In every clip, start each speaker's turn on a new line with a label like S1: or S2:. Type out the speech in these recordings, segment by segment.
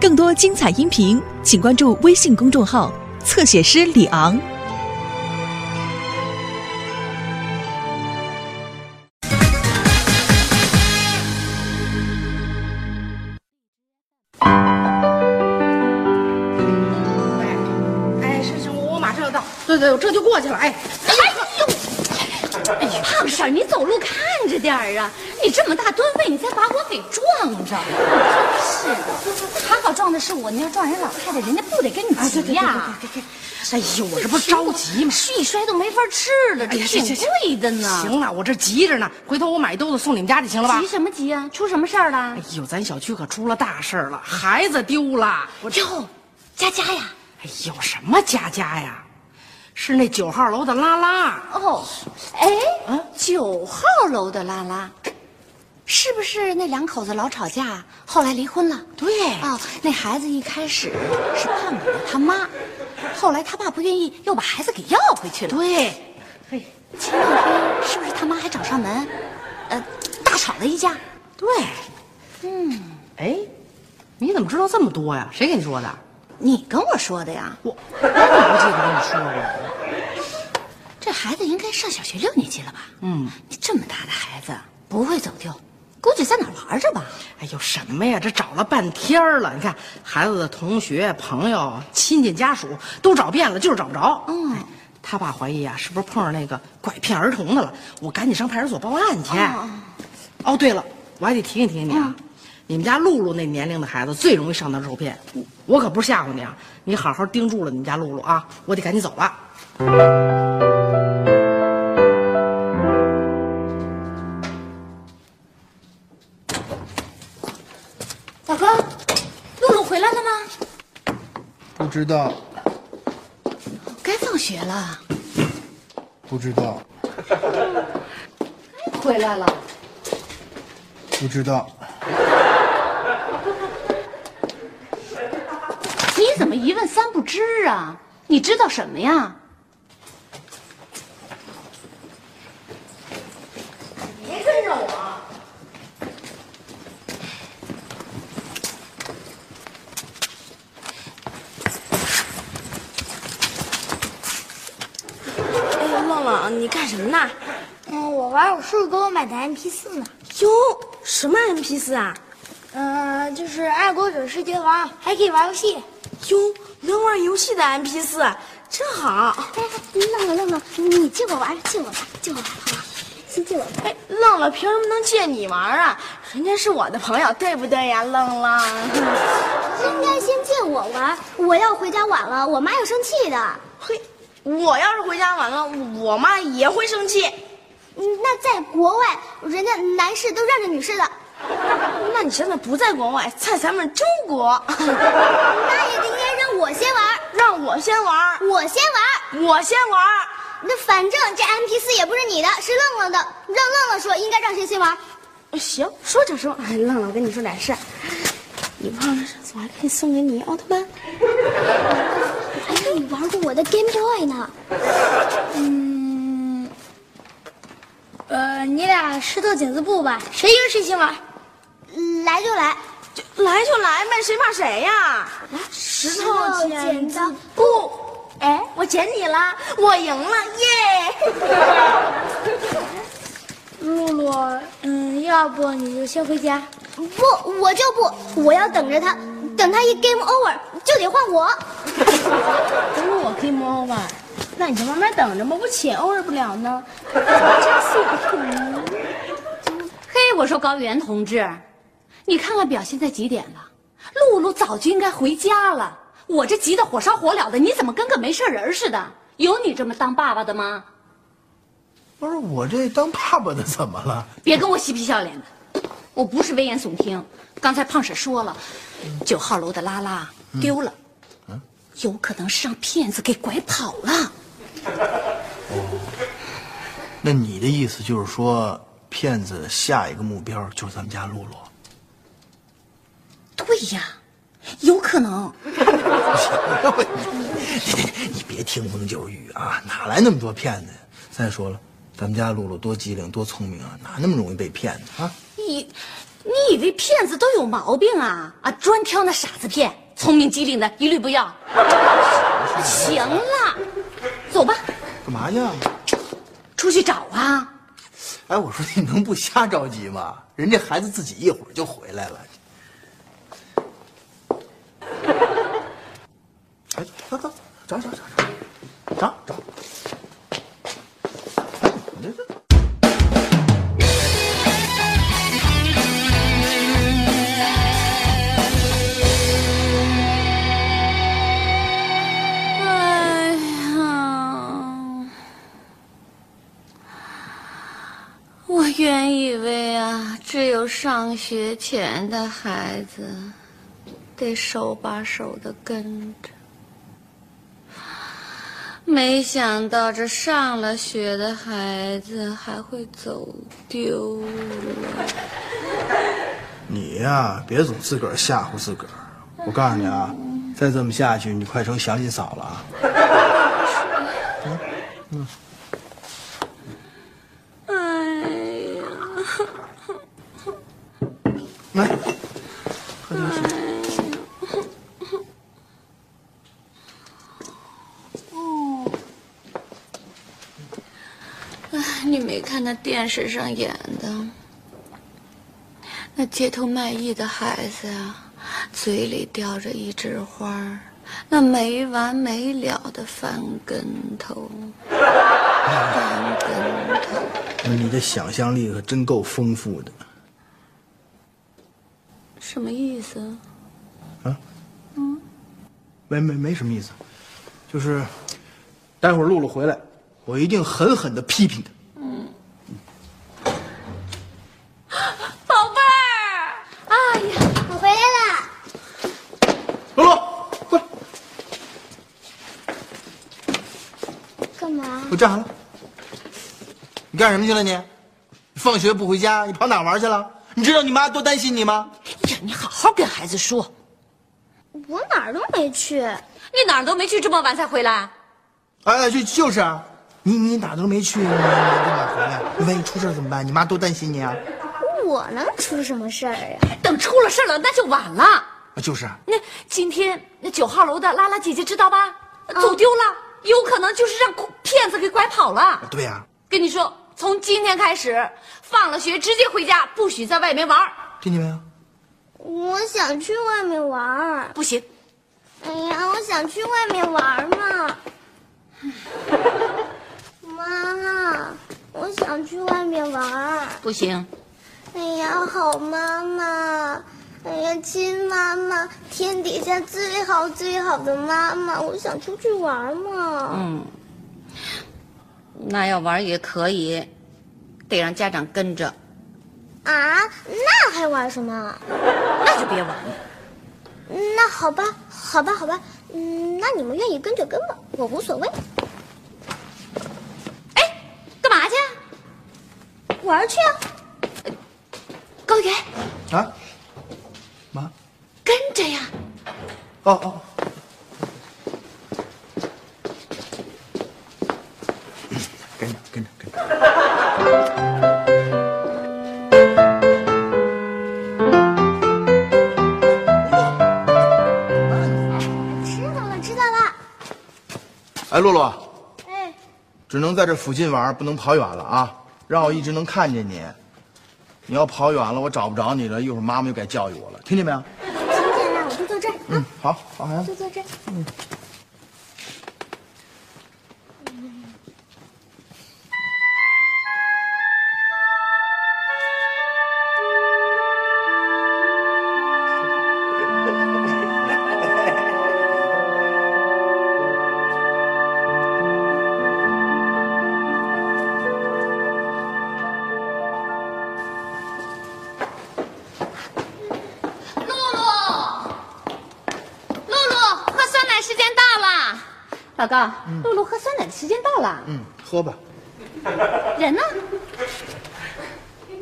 S1: 更多精彩音频，请关注微信公众号“侧写师李昂
S2: 哎，是是，我我马上要到。对对，我这就过去了。哎，
S3: 哎胖婶儿，你走路看着点儿啊！你这么大吨位，你再把我给撞着，真是的。还好撞的是我，你要撞人老太太，人家不得跟你急呀。
S2: 哎呦，我这不是着急吗？
S3: 是一摔都没法吃了，
S2: 哎
S3: 这
S2: 呀
S3: 挺
S2: 行行
S3: 贵的呢。
S2: 行了，我这急着呢，回头我买兜子送你们家去，行了吧
S3: 急？什么急啊？出什么事儿了
S2: 哎？呦，咱小区可出了大事儿了，孩子丢了。我这，
S3: 哟，佳佳呀！
S2: 哎呦，什么佳佳呀？是那九号楼的拉拉。
S3: 哦，哎，九号楼的拉拉，是不是那两口子老吵架，后来离婚了？
S2: 对
S3: 哦，那孩子一开始是胖子的他妈，后来他爸不愿意，又把孩子给要回去了。
S2: 对，
S3: 前两天是不是他妈还找上门，呃，大吵了一架？
S2: 对，嗯，哎，你怎么知道这么多呀？谁给你说的？
S3: 你跟我说的呀？
S2: 我，我怎么不记得跟你说过？
S3: 这孩子应该上小学六年级了吧？嗯，你这么大的孩子不会走丢，估计在哪儿玩着吧？
S2: 哎呦，什么呀？这找了半天儿了，你看孩子的同学、朋友、亲戚、家属都找遍了，就是找不着。
S3: 嗯
S2: 哎，他爸怀疑啊，是不是碰上那个拐骗儿童的了？我赶紧上派出所报案去。
S3: 哦嗯
S2: 哦，对了，我还得提醒提醒你啊，你们家露露那年龄的孩子最容易上当受骗，我可不是吓唬你啊，你好好盯住了你们家露露啊，我得赶紧走了。
S3: 大哥，露露回来了吗？
S4: 不知道，
S3: 该放学了，
S4: 不知道，
S3: 回来了。
S4: 不知道，
S3: 你怎么一问三不知啊？你知道什么呀？
S2: 别跟着我。
S5: 哎呦，梦梦，你干什么呢？
S6: 嗯，我玩我叔叔给我买的 MP 四呢。
S5: 哟，什么 MP 四啊？
S6: 嗯、就是爱国者世界王，还可以玩游 戏。
S5: 哟，能玩游戏的 MP 四，啊真好。
S6: 哎，愣了愣了，你借我玩，借我玩，借我玩，好吧？先借我玩。
S5: 哎，愣了，凭什么能借你玩啊？人家是我的朋友，对不对呀，愣愣？
S6: 应该先借我玩，我要回家晚了，我妈要生气的。
S5: 嘿，我要是回家晚了，我妈也会生气。
S6: 嗯，那在国外，人家男士都让着女士的，
S5: 那你现在不在国外，在咱们中国，
S6: 那也应该让我先玩，
S5: 让我先玩，
S6: 我先玩。
S5: 我先玩。
S6: 那反正这 MP 四也不是你的，是愣愣的，让愣愣说应该让谁先玩。
S5: 哎行，说着说，哎，愣了，我跟你说点事儿。你忘了上次我还可以送给你奥特曼？
S6: 哎，你玩过我的 Game Boy 呢？嗯，呃，你俩石头剪子布吧，谁赢谁先玩。嗯来就来，
S5: 就来就来呗，谁怕谁呀？
S6: 石
S5: 头剪子布。哎，我剪你了，我赢了，耶！
S6: 露露，嗯，要不你就先回家。不，我就不，我要等着他，等他一 Game Over 就得换我。
S5: 不是我 game over，那你就慢慢等着吧，我且 over 不了呢。真是
S3: 嘿，我说高原同志，你看看表现在几点了？露露早就应该回家了，我这急得火烧火燎的，你怎么跟个没事人似的？有你这么当爸爸的吗？
S4: 不是我这当爸爸的怎么了？
S3: 别跟我嬉皮笑脸的，我不是危言耸听。刚才胖婶说了，九号楼的拉拉丢了，有可能是让骗子给拐跑了。
S4: 那你的意思就是说，骗子下一个目标就是咱们家露露？
S3: 对呀，有可能。
S4: 你你别听风就是雨啊，哪来那么多骗子呀？再说了，咱们家露露多机灵多聪明啊，哪那么容易被骗呢？啊？
S3: 你，你以为骗子都有毛病啊？啊，专挑那傻子骗，聪明机灵的一律不要。行了，走吧，
S4: 干嘛去啊？
S3: 出去找啊。
S4: 哎，我说你能不瞎着急吗？人家孩子自己一会儿就回来了。哎，走走，找找找找找找。哎你这这。
S3: 哎呀，我原以为啊，只有上学前的孩子得手把手的跟着，没想到这上了学的孩子还会走丢了。
S4: 你呀、别总自个儿吓唬自个儿。我告诉你啊，再这么下去，你快成祥林嫂了啊！
S3: 哎呀，
S4: 来，喝点水。
S3: 你没看那电视上演的，那街头卖艺的孩子啊，嘴里叼着一枝花儿，那没完没了的翻跟头，翻跟头。
S4: 那你的想象力可真够丰富的。
S3: 什么意思？
S4: 啊没没没什么意思，就是待会儿露露回来，我一定狠狠的批评她。
S3: 宝贝儿，哎呀，
S6: 我回来了，
S4: 露露，过来，
S6: 干嘛？
S4: 我站好了。你干什么去了你？你放学不回家，你跑哪玩去了？你知道你妈多担心你吗？
S3: 哎呀，你好好跟孩子说，
S6: 我哪儿都没去，
S3: 你哪儿都没去，这么晚才回来。
S4: 哎，就就是啊，你你哪都没去，你你干嘛回来？你万一出事儿怎么办？你妈多担心你啊！
S6: 我能出什么事儿呀？
S3: 等出了事儿了，那就晚了。
S4: 啊就是啊，
S3: 那今天那九号楼的拉拉姐姐知道吧？走丢了，有可能就是让骗子给拐跑了。
S4: 对啊呀、
S3: 跟你说，从今天开始，放了学直接回家，不许在外面玩儿，
S4: 听见没有？
S6: 我想去外面玩儿。
S3: 不行。
S6: 哎呀，我想去外面玩儿嘛。 妈，我想去外面玩儿。
S3: 不行，
S6: 哎呀，好妈妈，哎呀，亲妈妈，天底下最好最好的妈妈，我想出去玩儿嘛。
S3: 嗯，那要玩也可以，得让家长跟着，
S6: 啊，那还玩什么？
S3: 那就别玩了。
S6: 那好吧，好吧，好吧，嗯，那你们愿意跟就跟吧，我无所谓。
S3: 哎，干嘛去啊？
S6: 玩儿去啊！
S3: 高原，
S4: 啊，妈，
S3: 跟着呀！
S4: 哦哦，跟着跟着跟着。
S6: 知道了，知道了。
S4: 哎，露露，
S6: 哎，
S4: 只能在这附近玩，不能跑远了啊！让我一直能看见你。你要跑远了，我找不着你了，一会儿妈妈又该教育我了，听见没有？
S6: 听见了，我就坐这儿啊。
S4: 嗯，好，好孩子。
S6: 就坐这儿。
S3: 露露，露露，喝酸奶时间到了。老高，露露喝酸奶的时间到了，
S4: 嗯，喝吧。
S3: 人呢？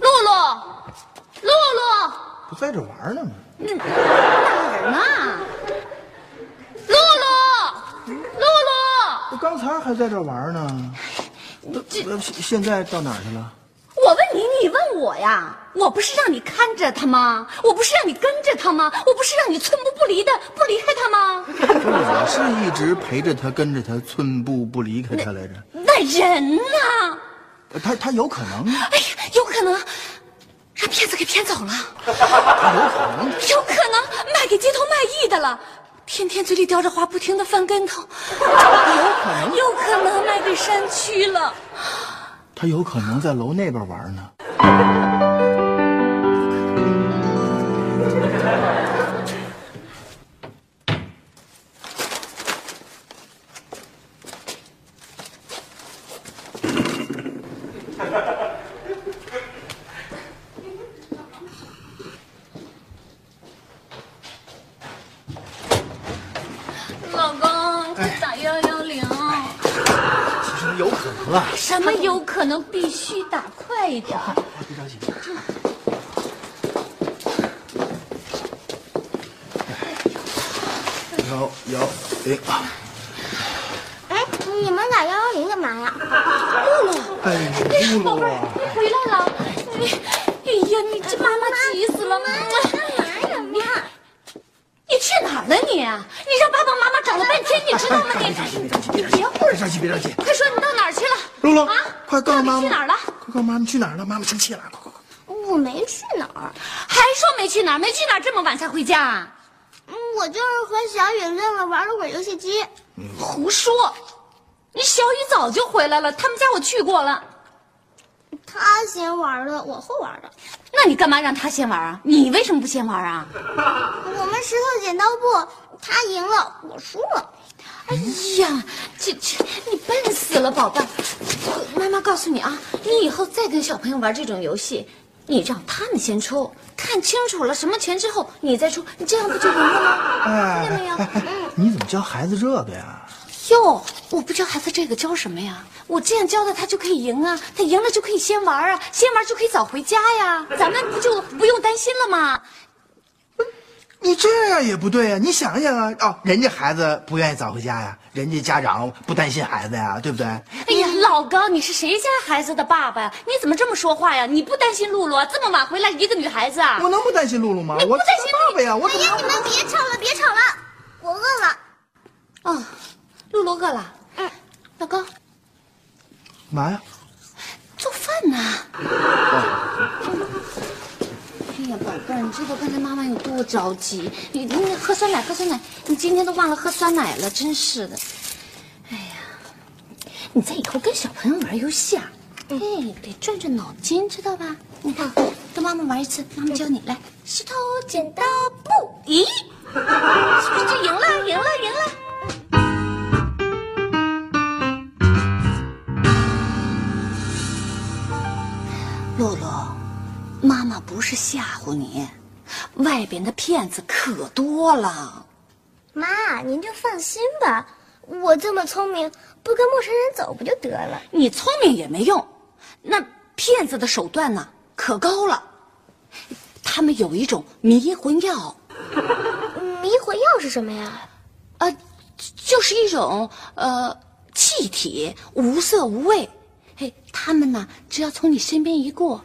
S3: 露露，露露，
S4: 不在这玩呢吗？
S3: 哪儿呢？露露，露
S4: 我刚才还在这玩呢，
S3: 露，这
S4: 现现在到哪儿去了？
S3: 我问你，你问我呀？我不是让你看着他吗？我不是让你跟着他吗？我不是让你寸步不离的不离开他吗？
S4: 不是我是一直陪着他，跟着他，寸步不离开他来着。
S3: 那人呢？
S4: 呃他他有可能，
S3: 哎呀，有可能让骗子给骗走了，
S4: 他有可能。
S3: 有可能卖给街头卖艺的了，天天嘴里叼着花，不停的翻跟头，有可能卖给山区了。
S4: 他有可能在楼那边玩呢。
S3: 老公，快打幺幺零！
S4: 有可能啊！
S3: 什么有可能？必须打快一点。
S4: 别着急，幺幺零。
S6: 哎，你们打幺幺零干嘛呀？
S4: 哎呦，露露啊！
S3: 你回来了，你，哎呀，你这妈妈急死了！
S6: 干嘛呀，妈？
S3: 你去哪儿了你？你让爸爸妈妈找了半天，你知道吗？你，你别
S4: 别着急，别着急，
S3: 快说你到哪儿去了？
S4: 露露
S3: 啊，，
S4: 快告诉
S3: 到
S4: 妈妈
S3: 底去哪儿了？
S4: 快告诉妈妈去哪儿了？妈妈生气了，快快快！
S6: 我没去哪儿，
S3: 还说没去哪儿？没去哪儿？这么晚才回家啊？
S6: 嗯我就是和小雨认了玩了会儿游戏机。
S3: 胡说！你小雨早就回来了，他们家我去过了。
S6: 他先玩的，我后玩的。
S3: 那你干嘛让他先玩啊？你为什么不先玩啊？
S6: 我们石头剪刀布，他赢了，我输了。
S3: 哎呀，这这你笨死了，宝贝儿！妈妈告诉你啊，你以后再跟小朋友玩这种游戏，你让他们先出，看清楚了什么拳之后你再出，你这样不就赢了吗？听见没有？嗯。
S4: 哎你怎么教孩子这个呀？
S3: 哟，我不教孩子这个教什么呀？我这样教的他就可以赢啊，他赢了就可以先玩啊，先玩就可以早回家呀，咱们不就不用担心了吗？
S4: 你这样也不对呀、你想想啊，哦，人家孩子不愿意早回家呀，人家家长不担心孩子呀，对不对？
S3: 哎呀，老高，你是谁家孩子的爸爸呀？你怎么这么说话呀？你不担心露露啊？这么晚回来一个女孩子啊？
S4: 我能不担心露露吗？
S3: 你不
S4: 我是
S3: 担心
S4: 她爸爸呀，我怎
S6: 哎
S4: 么
S6: 呀，你们别吵了，别吵了，我饿了。
S3: 哦，露露饿了。
S6: 嗯，
S3: 老高，
S4: 嘛呀？
S3: 做饭啊呢。哎呀，宝贝儿，你知道刚才妈妈有多着急？你你喝酸奶，喝酸奶。你今天都忘了喝酸奶了，真是的。哎呀，你在以后跟小朋友玩游戏啊，哎，得转转脑筋，知道吧？你看，跟妈妈玩一次，妈妈教你来。石头剪刀布，咦，是不是就赢了？赢了，赢了。露露，妈妈不是吓唬你，外边的骗子可多了。
S6: 妈，您就放心吧，我这么聪明，不跟陌生人走不就得了？
S3: 你聪明也没用，那骗子的手段呢，可高了。他们有一种迷魂药，
S6: 嗯迷魂药是什么呀？
S3: 呃，就就是一种呃气体，无色无味。嘿，他们呢，只要从你身边一过，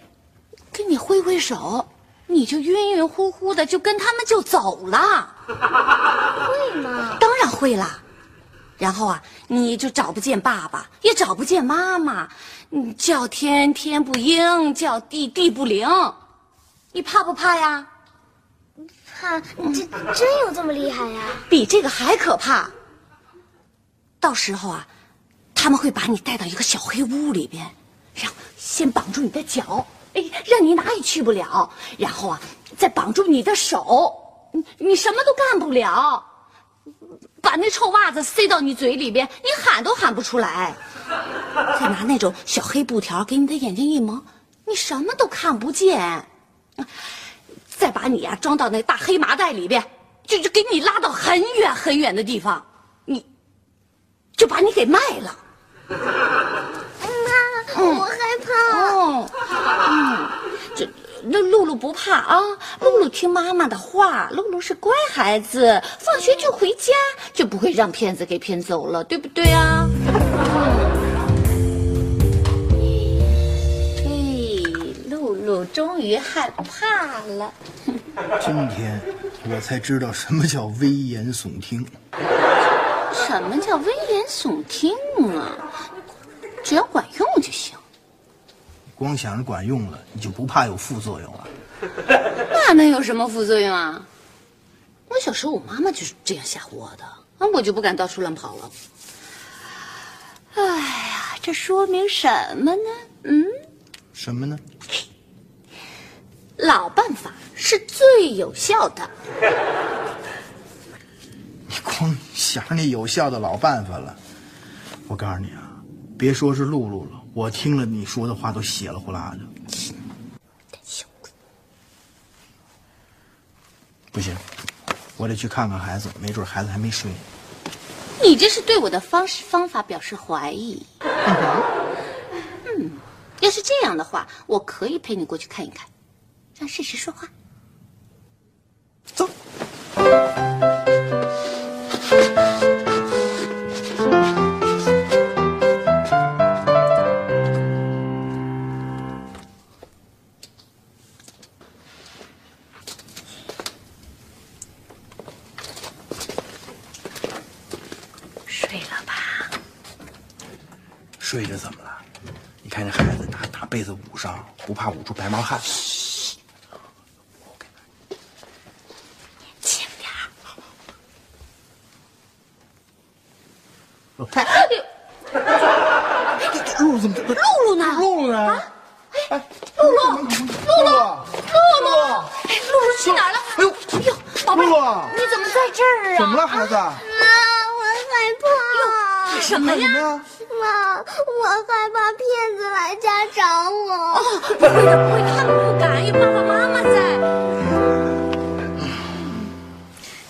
S3: 跟你挥挥手，你就晕晕乎乎的，就跟他们就走了。
S6: 会吗？
S3: 当然会啦。然后啊，你就找不见爸爸，也找不见妈妈，你叫天天不应，叫地地不灵，你怕不怕呀？
S6: 哈，这真有这么厉害呀？
S3: 比这个还可怕。到时候啊，他们会把你带到一个小黑屋里边，让先绑住你的脚，哎，让你哪也去不了，然后啊，再绑住你的手，你你什么都干不了，把那臭袜子塞到你嘴里边，你喊都喊不出来，再拿那种小黑布条给你的眼睛一蒙，你什么都看不见。再把你呀、装到那大黑麻袋里边，就就给你拉到很远很远的地方，你就把你给卖了。
S6: 妈，我害怕。
S3: 哦，嗯，这那露露不怕啊，露露听妈妈的话，露露是乖孩子，放学就回家，就不会让骗子给骗走了，对不对啊？嗯哎，露露终于害怕了。
S4: 今天我才知道什么叫危言耸听。
S3: 什么叫危言耸听啊？只要管用就行。
S4: 光想着管用了，你就不怕有副作用了？
S3: 那能有什么副作用啊？我小时候我妈妈就是这样吓唬我的，啊，我就不敢到处乱跑了。哎呀，这说明什么呢？嗯，
S4: 什么呢？
S3: 老办法是最有效的。
S4: 你光想着那有效的老办法了。我告诉你啊，别说是露露了，我听了你说的话都血了呼啦的。不行，我得去看看孩子，没准孩子还没睡。
S3: 你这是对我的方式方法表示怀疑。嗯，要是这样的话，我可以陪你过去看一看，让事实说话。
S4: 走。
S3: 睡了吧？
S4: 睡着怎么了？你看这孩子拿大被子捂上，不怕捂出白毛汗。
S3: 轻点儿。哎
S4: 露露怎么着？
S3: 露露呢？啊
S4: 露露呢？哎，露露，露露，啊
S3: 露露，哎露露去哪儿了？
S4: 哎呦，
S3: 哎呦，宝贝儿，
S4: 露露
S3: 你怎么在这儿啊？
S4: 怎么了，孩子？
S6: 妈，我害怕。
S3: 什么
S4: 什
S3: 呀？
S4: 么呀？
S6: 妈，我害怕骗子来家找我。
S3: 不会的，不会的，他们不敢，有爸爸妈妈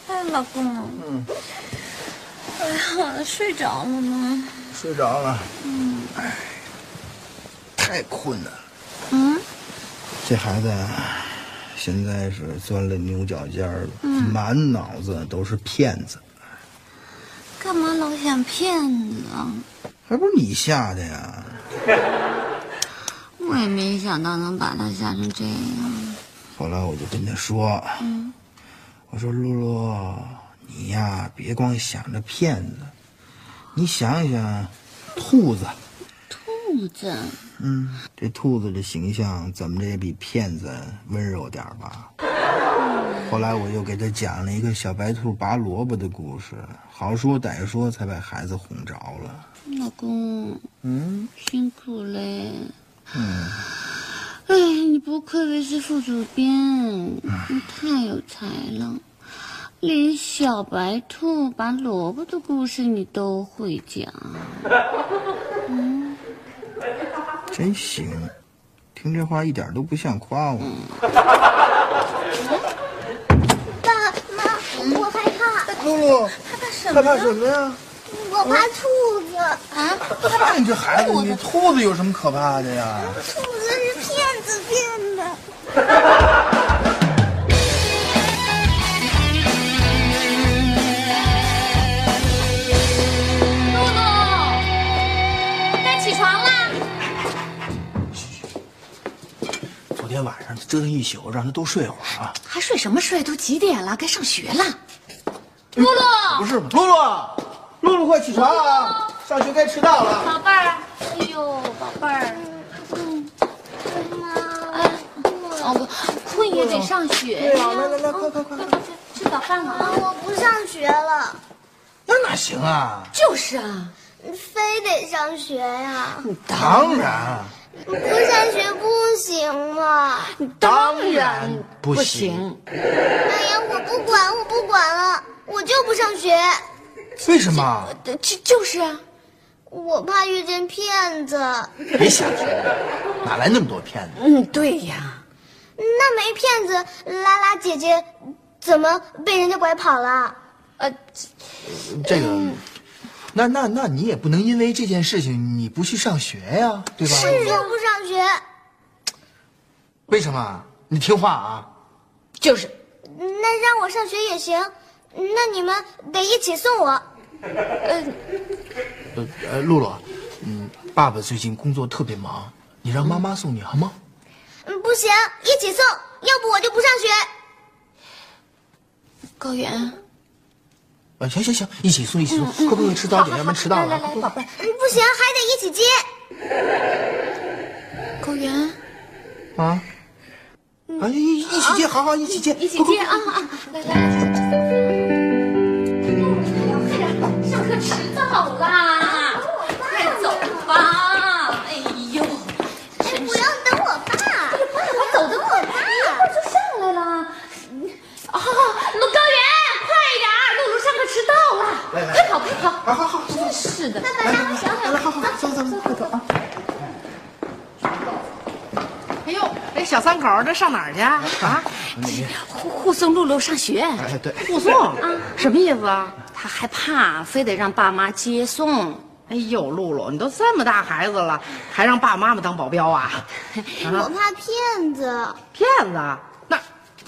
S3: 在。
S7: 哎，老公，哎呀，睡着了吗？
S4: 睡着了。嗯。太困了。嗯。这孩子呀现在是钻了牛角尖儿了，满脑子都是骗子，
S7: 干嘛老想骗
S3: 啊
S7: 呢？
S4: 还不是你吓的呀？
S7: 我也没想到能把他吓成这样。
S4: 后来我就跟他说：“我说露露，你呀别光想着骗子，你想一想，兔子，
S7: 兔子，
S4: 嗯，这兔子的形象怎么着也比骗子温柔点儿吧。”后来我又给他讲了一个小白兔拔萝卜的故事，好说歹说才把孩子哄着了。
S7: 老公，
S4: 嗯，
S7: 辛苦嘞。嗯。哎，你不愧为是副主编，你太有才了，连小白兔拔萝卜的故事你都会讲。
S4: 真行，听这话一点都不像夸我。
S6: 爸妈，我害怕，
S4: 露露，害怕什么呀？
S6: 我怕兔子，
S4: 那你这孩子，你兔子有什么可怕的呀？
S6: 兔子是骗子变的。
S3: 露露，该起床啦。
S4: 昨天晚上折腾一宿，让他多睡会儿啊。
S3: 还睡什么睡？都几点了？该上学了。露露，
S4: 不是吗？露露，啊露露，快起床啊！上学该迟到了。
S3: 宝贝儿，哎呦，宝贝儿，
S7: 哦不，
S3: 困也得上学
S4: 对
S3: 呀
S4: 呀，。来来来，快快快！快！
S3: 吃早饭了
S6: 妈，
S3: 啊？
S6: 我不上学了，
S4: 那哪行啊？
S3: 就是啊，
S6: 非得上学呀！
S4: 当然，
S6: 不上学不行吗？
S2: 当然
S4: 不
S2: 不
S4: 行
S2: 行。
S6: 哎呀，我不管，我不管了，我就不上学，
S4: 为什么？
S3: 就就是啊。
S6: 我怕遇见骗子。
S4: 别瞎说，哪来那么多骗子？
S2: 嗯，对呀，
S6: 那没骗子，拉拉姐姐怎么被人家拐跑了？
S7: 呃，
S4: 这个，嗯那那那你也不能因为这件事情你不去上学呀，对吧？
S6: 是就不上学，
S4: 为什么？你听话啊！
S2: 就是
S6: 那让我上学也行，那你们得一起送我。
S4: 呃呃，露露，嗯，爸爸最近工作特别忙，你让妈妈送你好吗？
S6: 嗯，不不行，一起送，要不我就不上学。
S3: 高原，
S4: 啊，行行行，一起送一起送，会不会迟早点？要不然迟到了。
S6: 宝贝，哎不行，还得一起接。
S3: 高原，
S4: 啊，啊，一一起接，好好一起接，
S8: 一起接啊啊！来来，上课迟到啦，快走吧！哎呦，真
S6: 哎不
S8: 是
S6: 要等我爸，
S8: 快走的
S6: 等我爸。
S8: 就上来了。啊，陆高原，快一点儿，露露上课迟到了，快跑快跑！
S4: 好好好，
S8: 真是的，
S6: 爸爸让我想
S4: 来来，好好走走走，快走啊！
S2: 哎呦，哎，小三口儿这上哪儿去啊？啊，
S8: 护护送露露上学，
S4: 哎，对，
S2: 护送啊？
S3: 嗯
S2: 什么意思啊？
S8: 她害怕，非得让爸妈接送。
S2: 哎呦，露露，你都这么大孩子了，还让爸爸妈妈当保镖 啊？
S6: 哎我怕骗子。
S2: 骗子？哪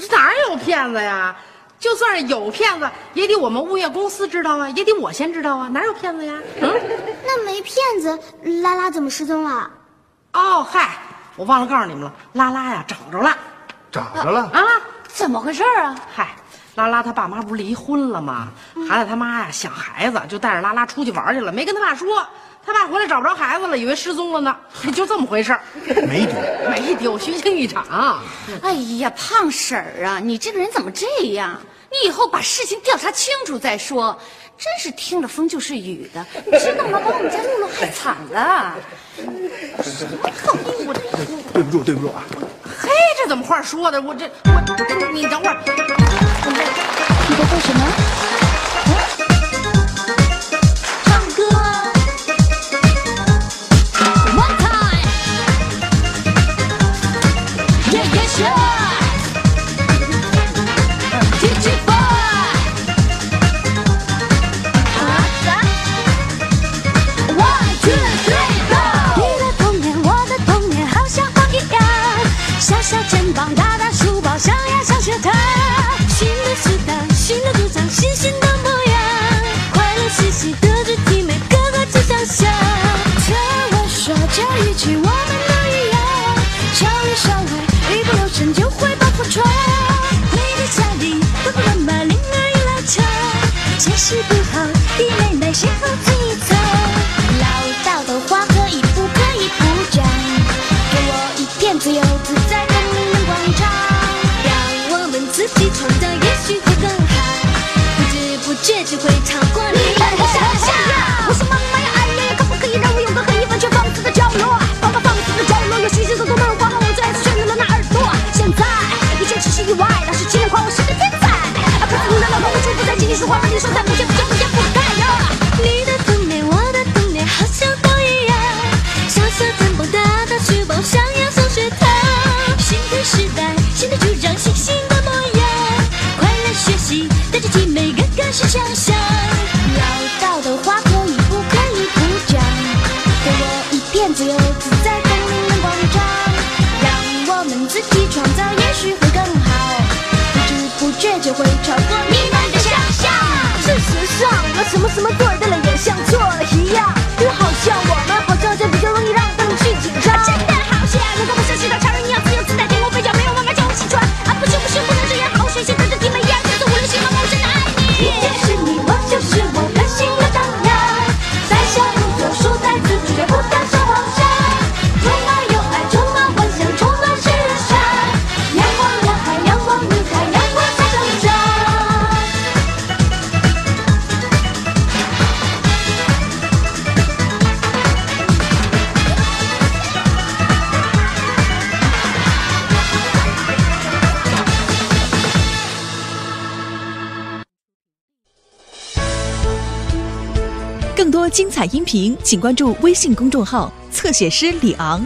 S2: 哪儿有骗子呀？就算是有骗子，也得我们物业公司知道啊，也得我先知道啊，哪有骗子呀？嗯，
S6: 那没骗子，拉拉怎么失踪了？
S2: 哦嗨，我忘了告诉你们了，拉拉呀找着了
S4: 找着了，
S2: 啊！
S8: 怎么回事儿啊？
S2: 嗨，拉拉他爸妈不是离婚了吗？
S4: 嗯
S2: 孩子他妈呀想孩子，就带着拉拉出去玩去了，没跟他爸说，他爸回来找不着孩子了，以为失踪了呢，哎就这么回事儿，
S4: 没丢，
S2: 没丢，虚惊一场。
S8: 哎呀，胖婶儿啊，你这个人怎么这样？你以后把事情调查清楚再说。真是听着风就是雨的，你知道吗？把我们家露露害惨了。
S4: 对不住，对不住啊！
S2: 嘿，这怎么话说的？我这我你等会儿。
S3: 你在做什么？唱歌。One time。Yeah yeah sure。Did you buy? 你的童年，我的童年，好像风一样，小小肩膀，大大书包，上呀上学堂。新的时代，新的主张，新新的模样，快乐学习，德智体美，个个志向想。听我说这一句，我们都一样，少里少外，一不留神就会把破窗。你的家里都不乱码，铃儿一拉长，学习不好，弟妹妹谁好最惨？老道的话可以不可以不讲？给我一片自由自在的迷人广场，让我们自己创造，也许会更好。不知不觉就会超过你的想象。我说妈妈呀，哎呀呀，可不可以让我有个可以完全放肆的角落？爸爸放肆的角落有许许多多漫画和我最爱的旋律的那耳朵。现在一切只是意外，老师居然夸我是个天才。啊，不是你的老公，我出不在，请你说话，让你说在，不见不见不见不该呀。你的童年，我的童年，好像都一样。小小肩膀，大大书包，上呀上学堂。新的时代，新的主张，新新的模样。快乐学习，带着体美，个个是强项。老道的话可以不可以不讲？给我一片自由自在的迷人广场，让我们自己创造，也许会更好。不知不觉就会超过你们的想象。事实上，那什么什么对的了，也像错了一样。就好像我们好像就比较容易让他们去紧张。真的好险，能跟我像其他常人一样自由自在，天空飞翔，没有妈妈叫我起床。啊，不行不行，不能这样，好水性的弟妹一样，跟着我流星妈妈，我真的爱你。你就是你，我就是我，任性的张扬，在小路走，树在自己的不敢说谎想，充满有爱，充满幻想，充满时尚。阳光男孩，阳光女孩，阳光在成长。
S1: 更多精彩音频，请关注微信公众号“侧写师李昂”。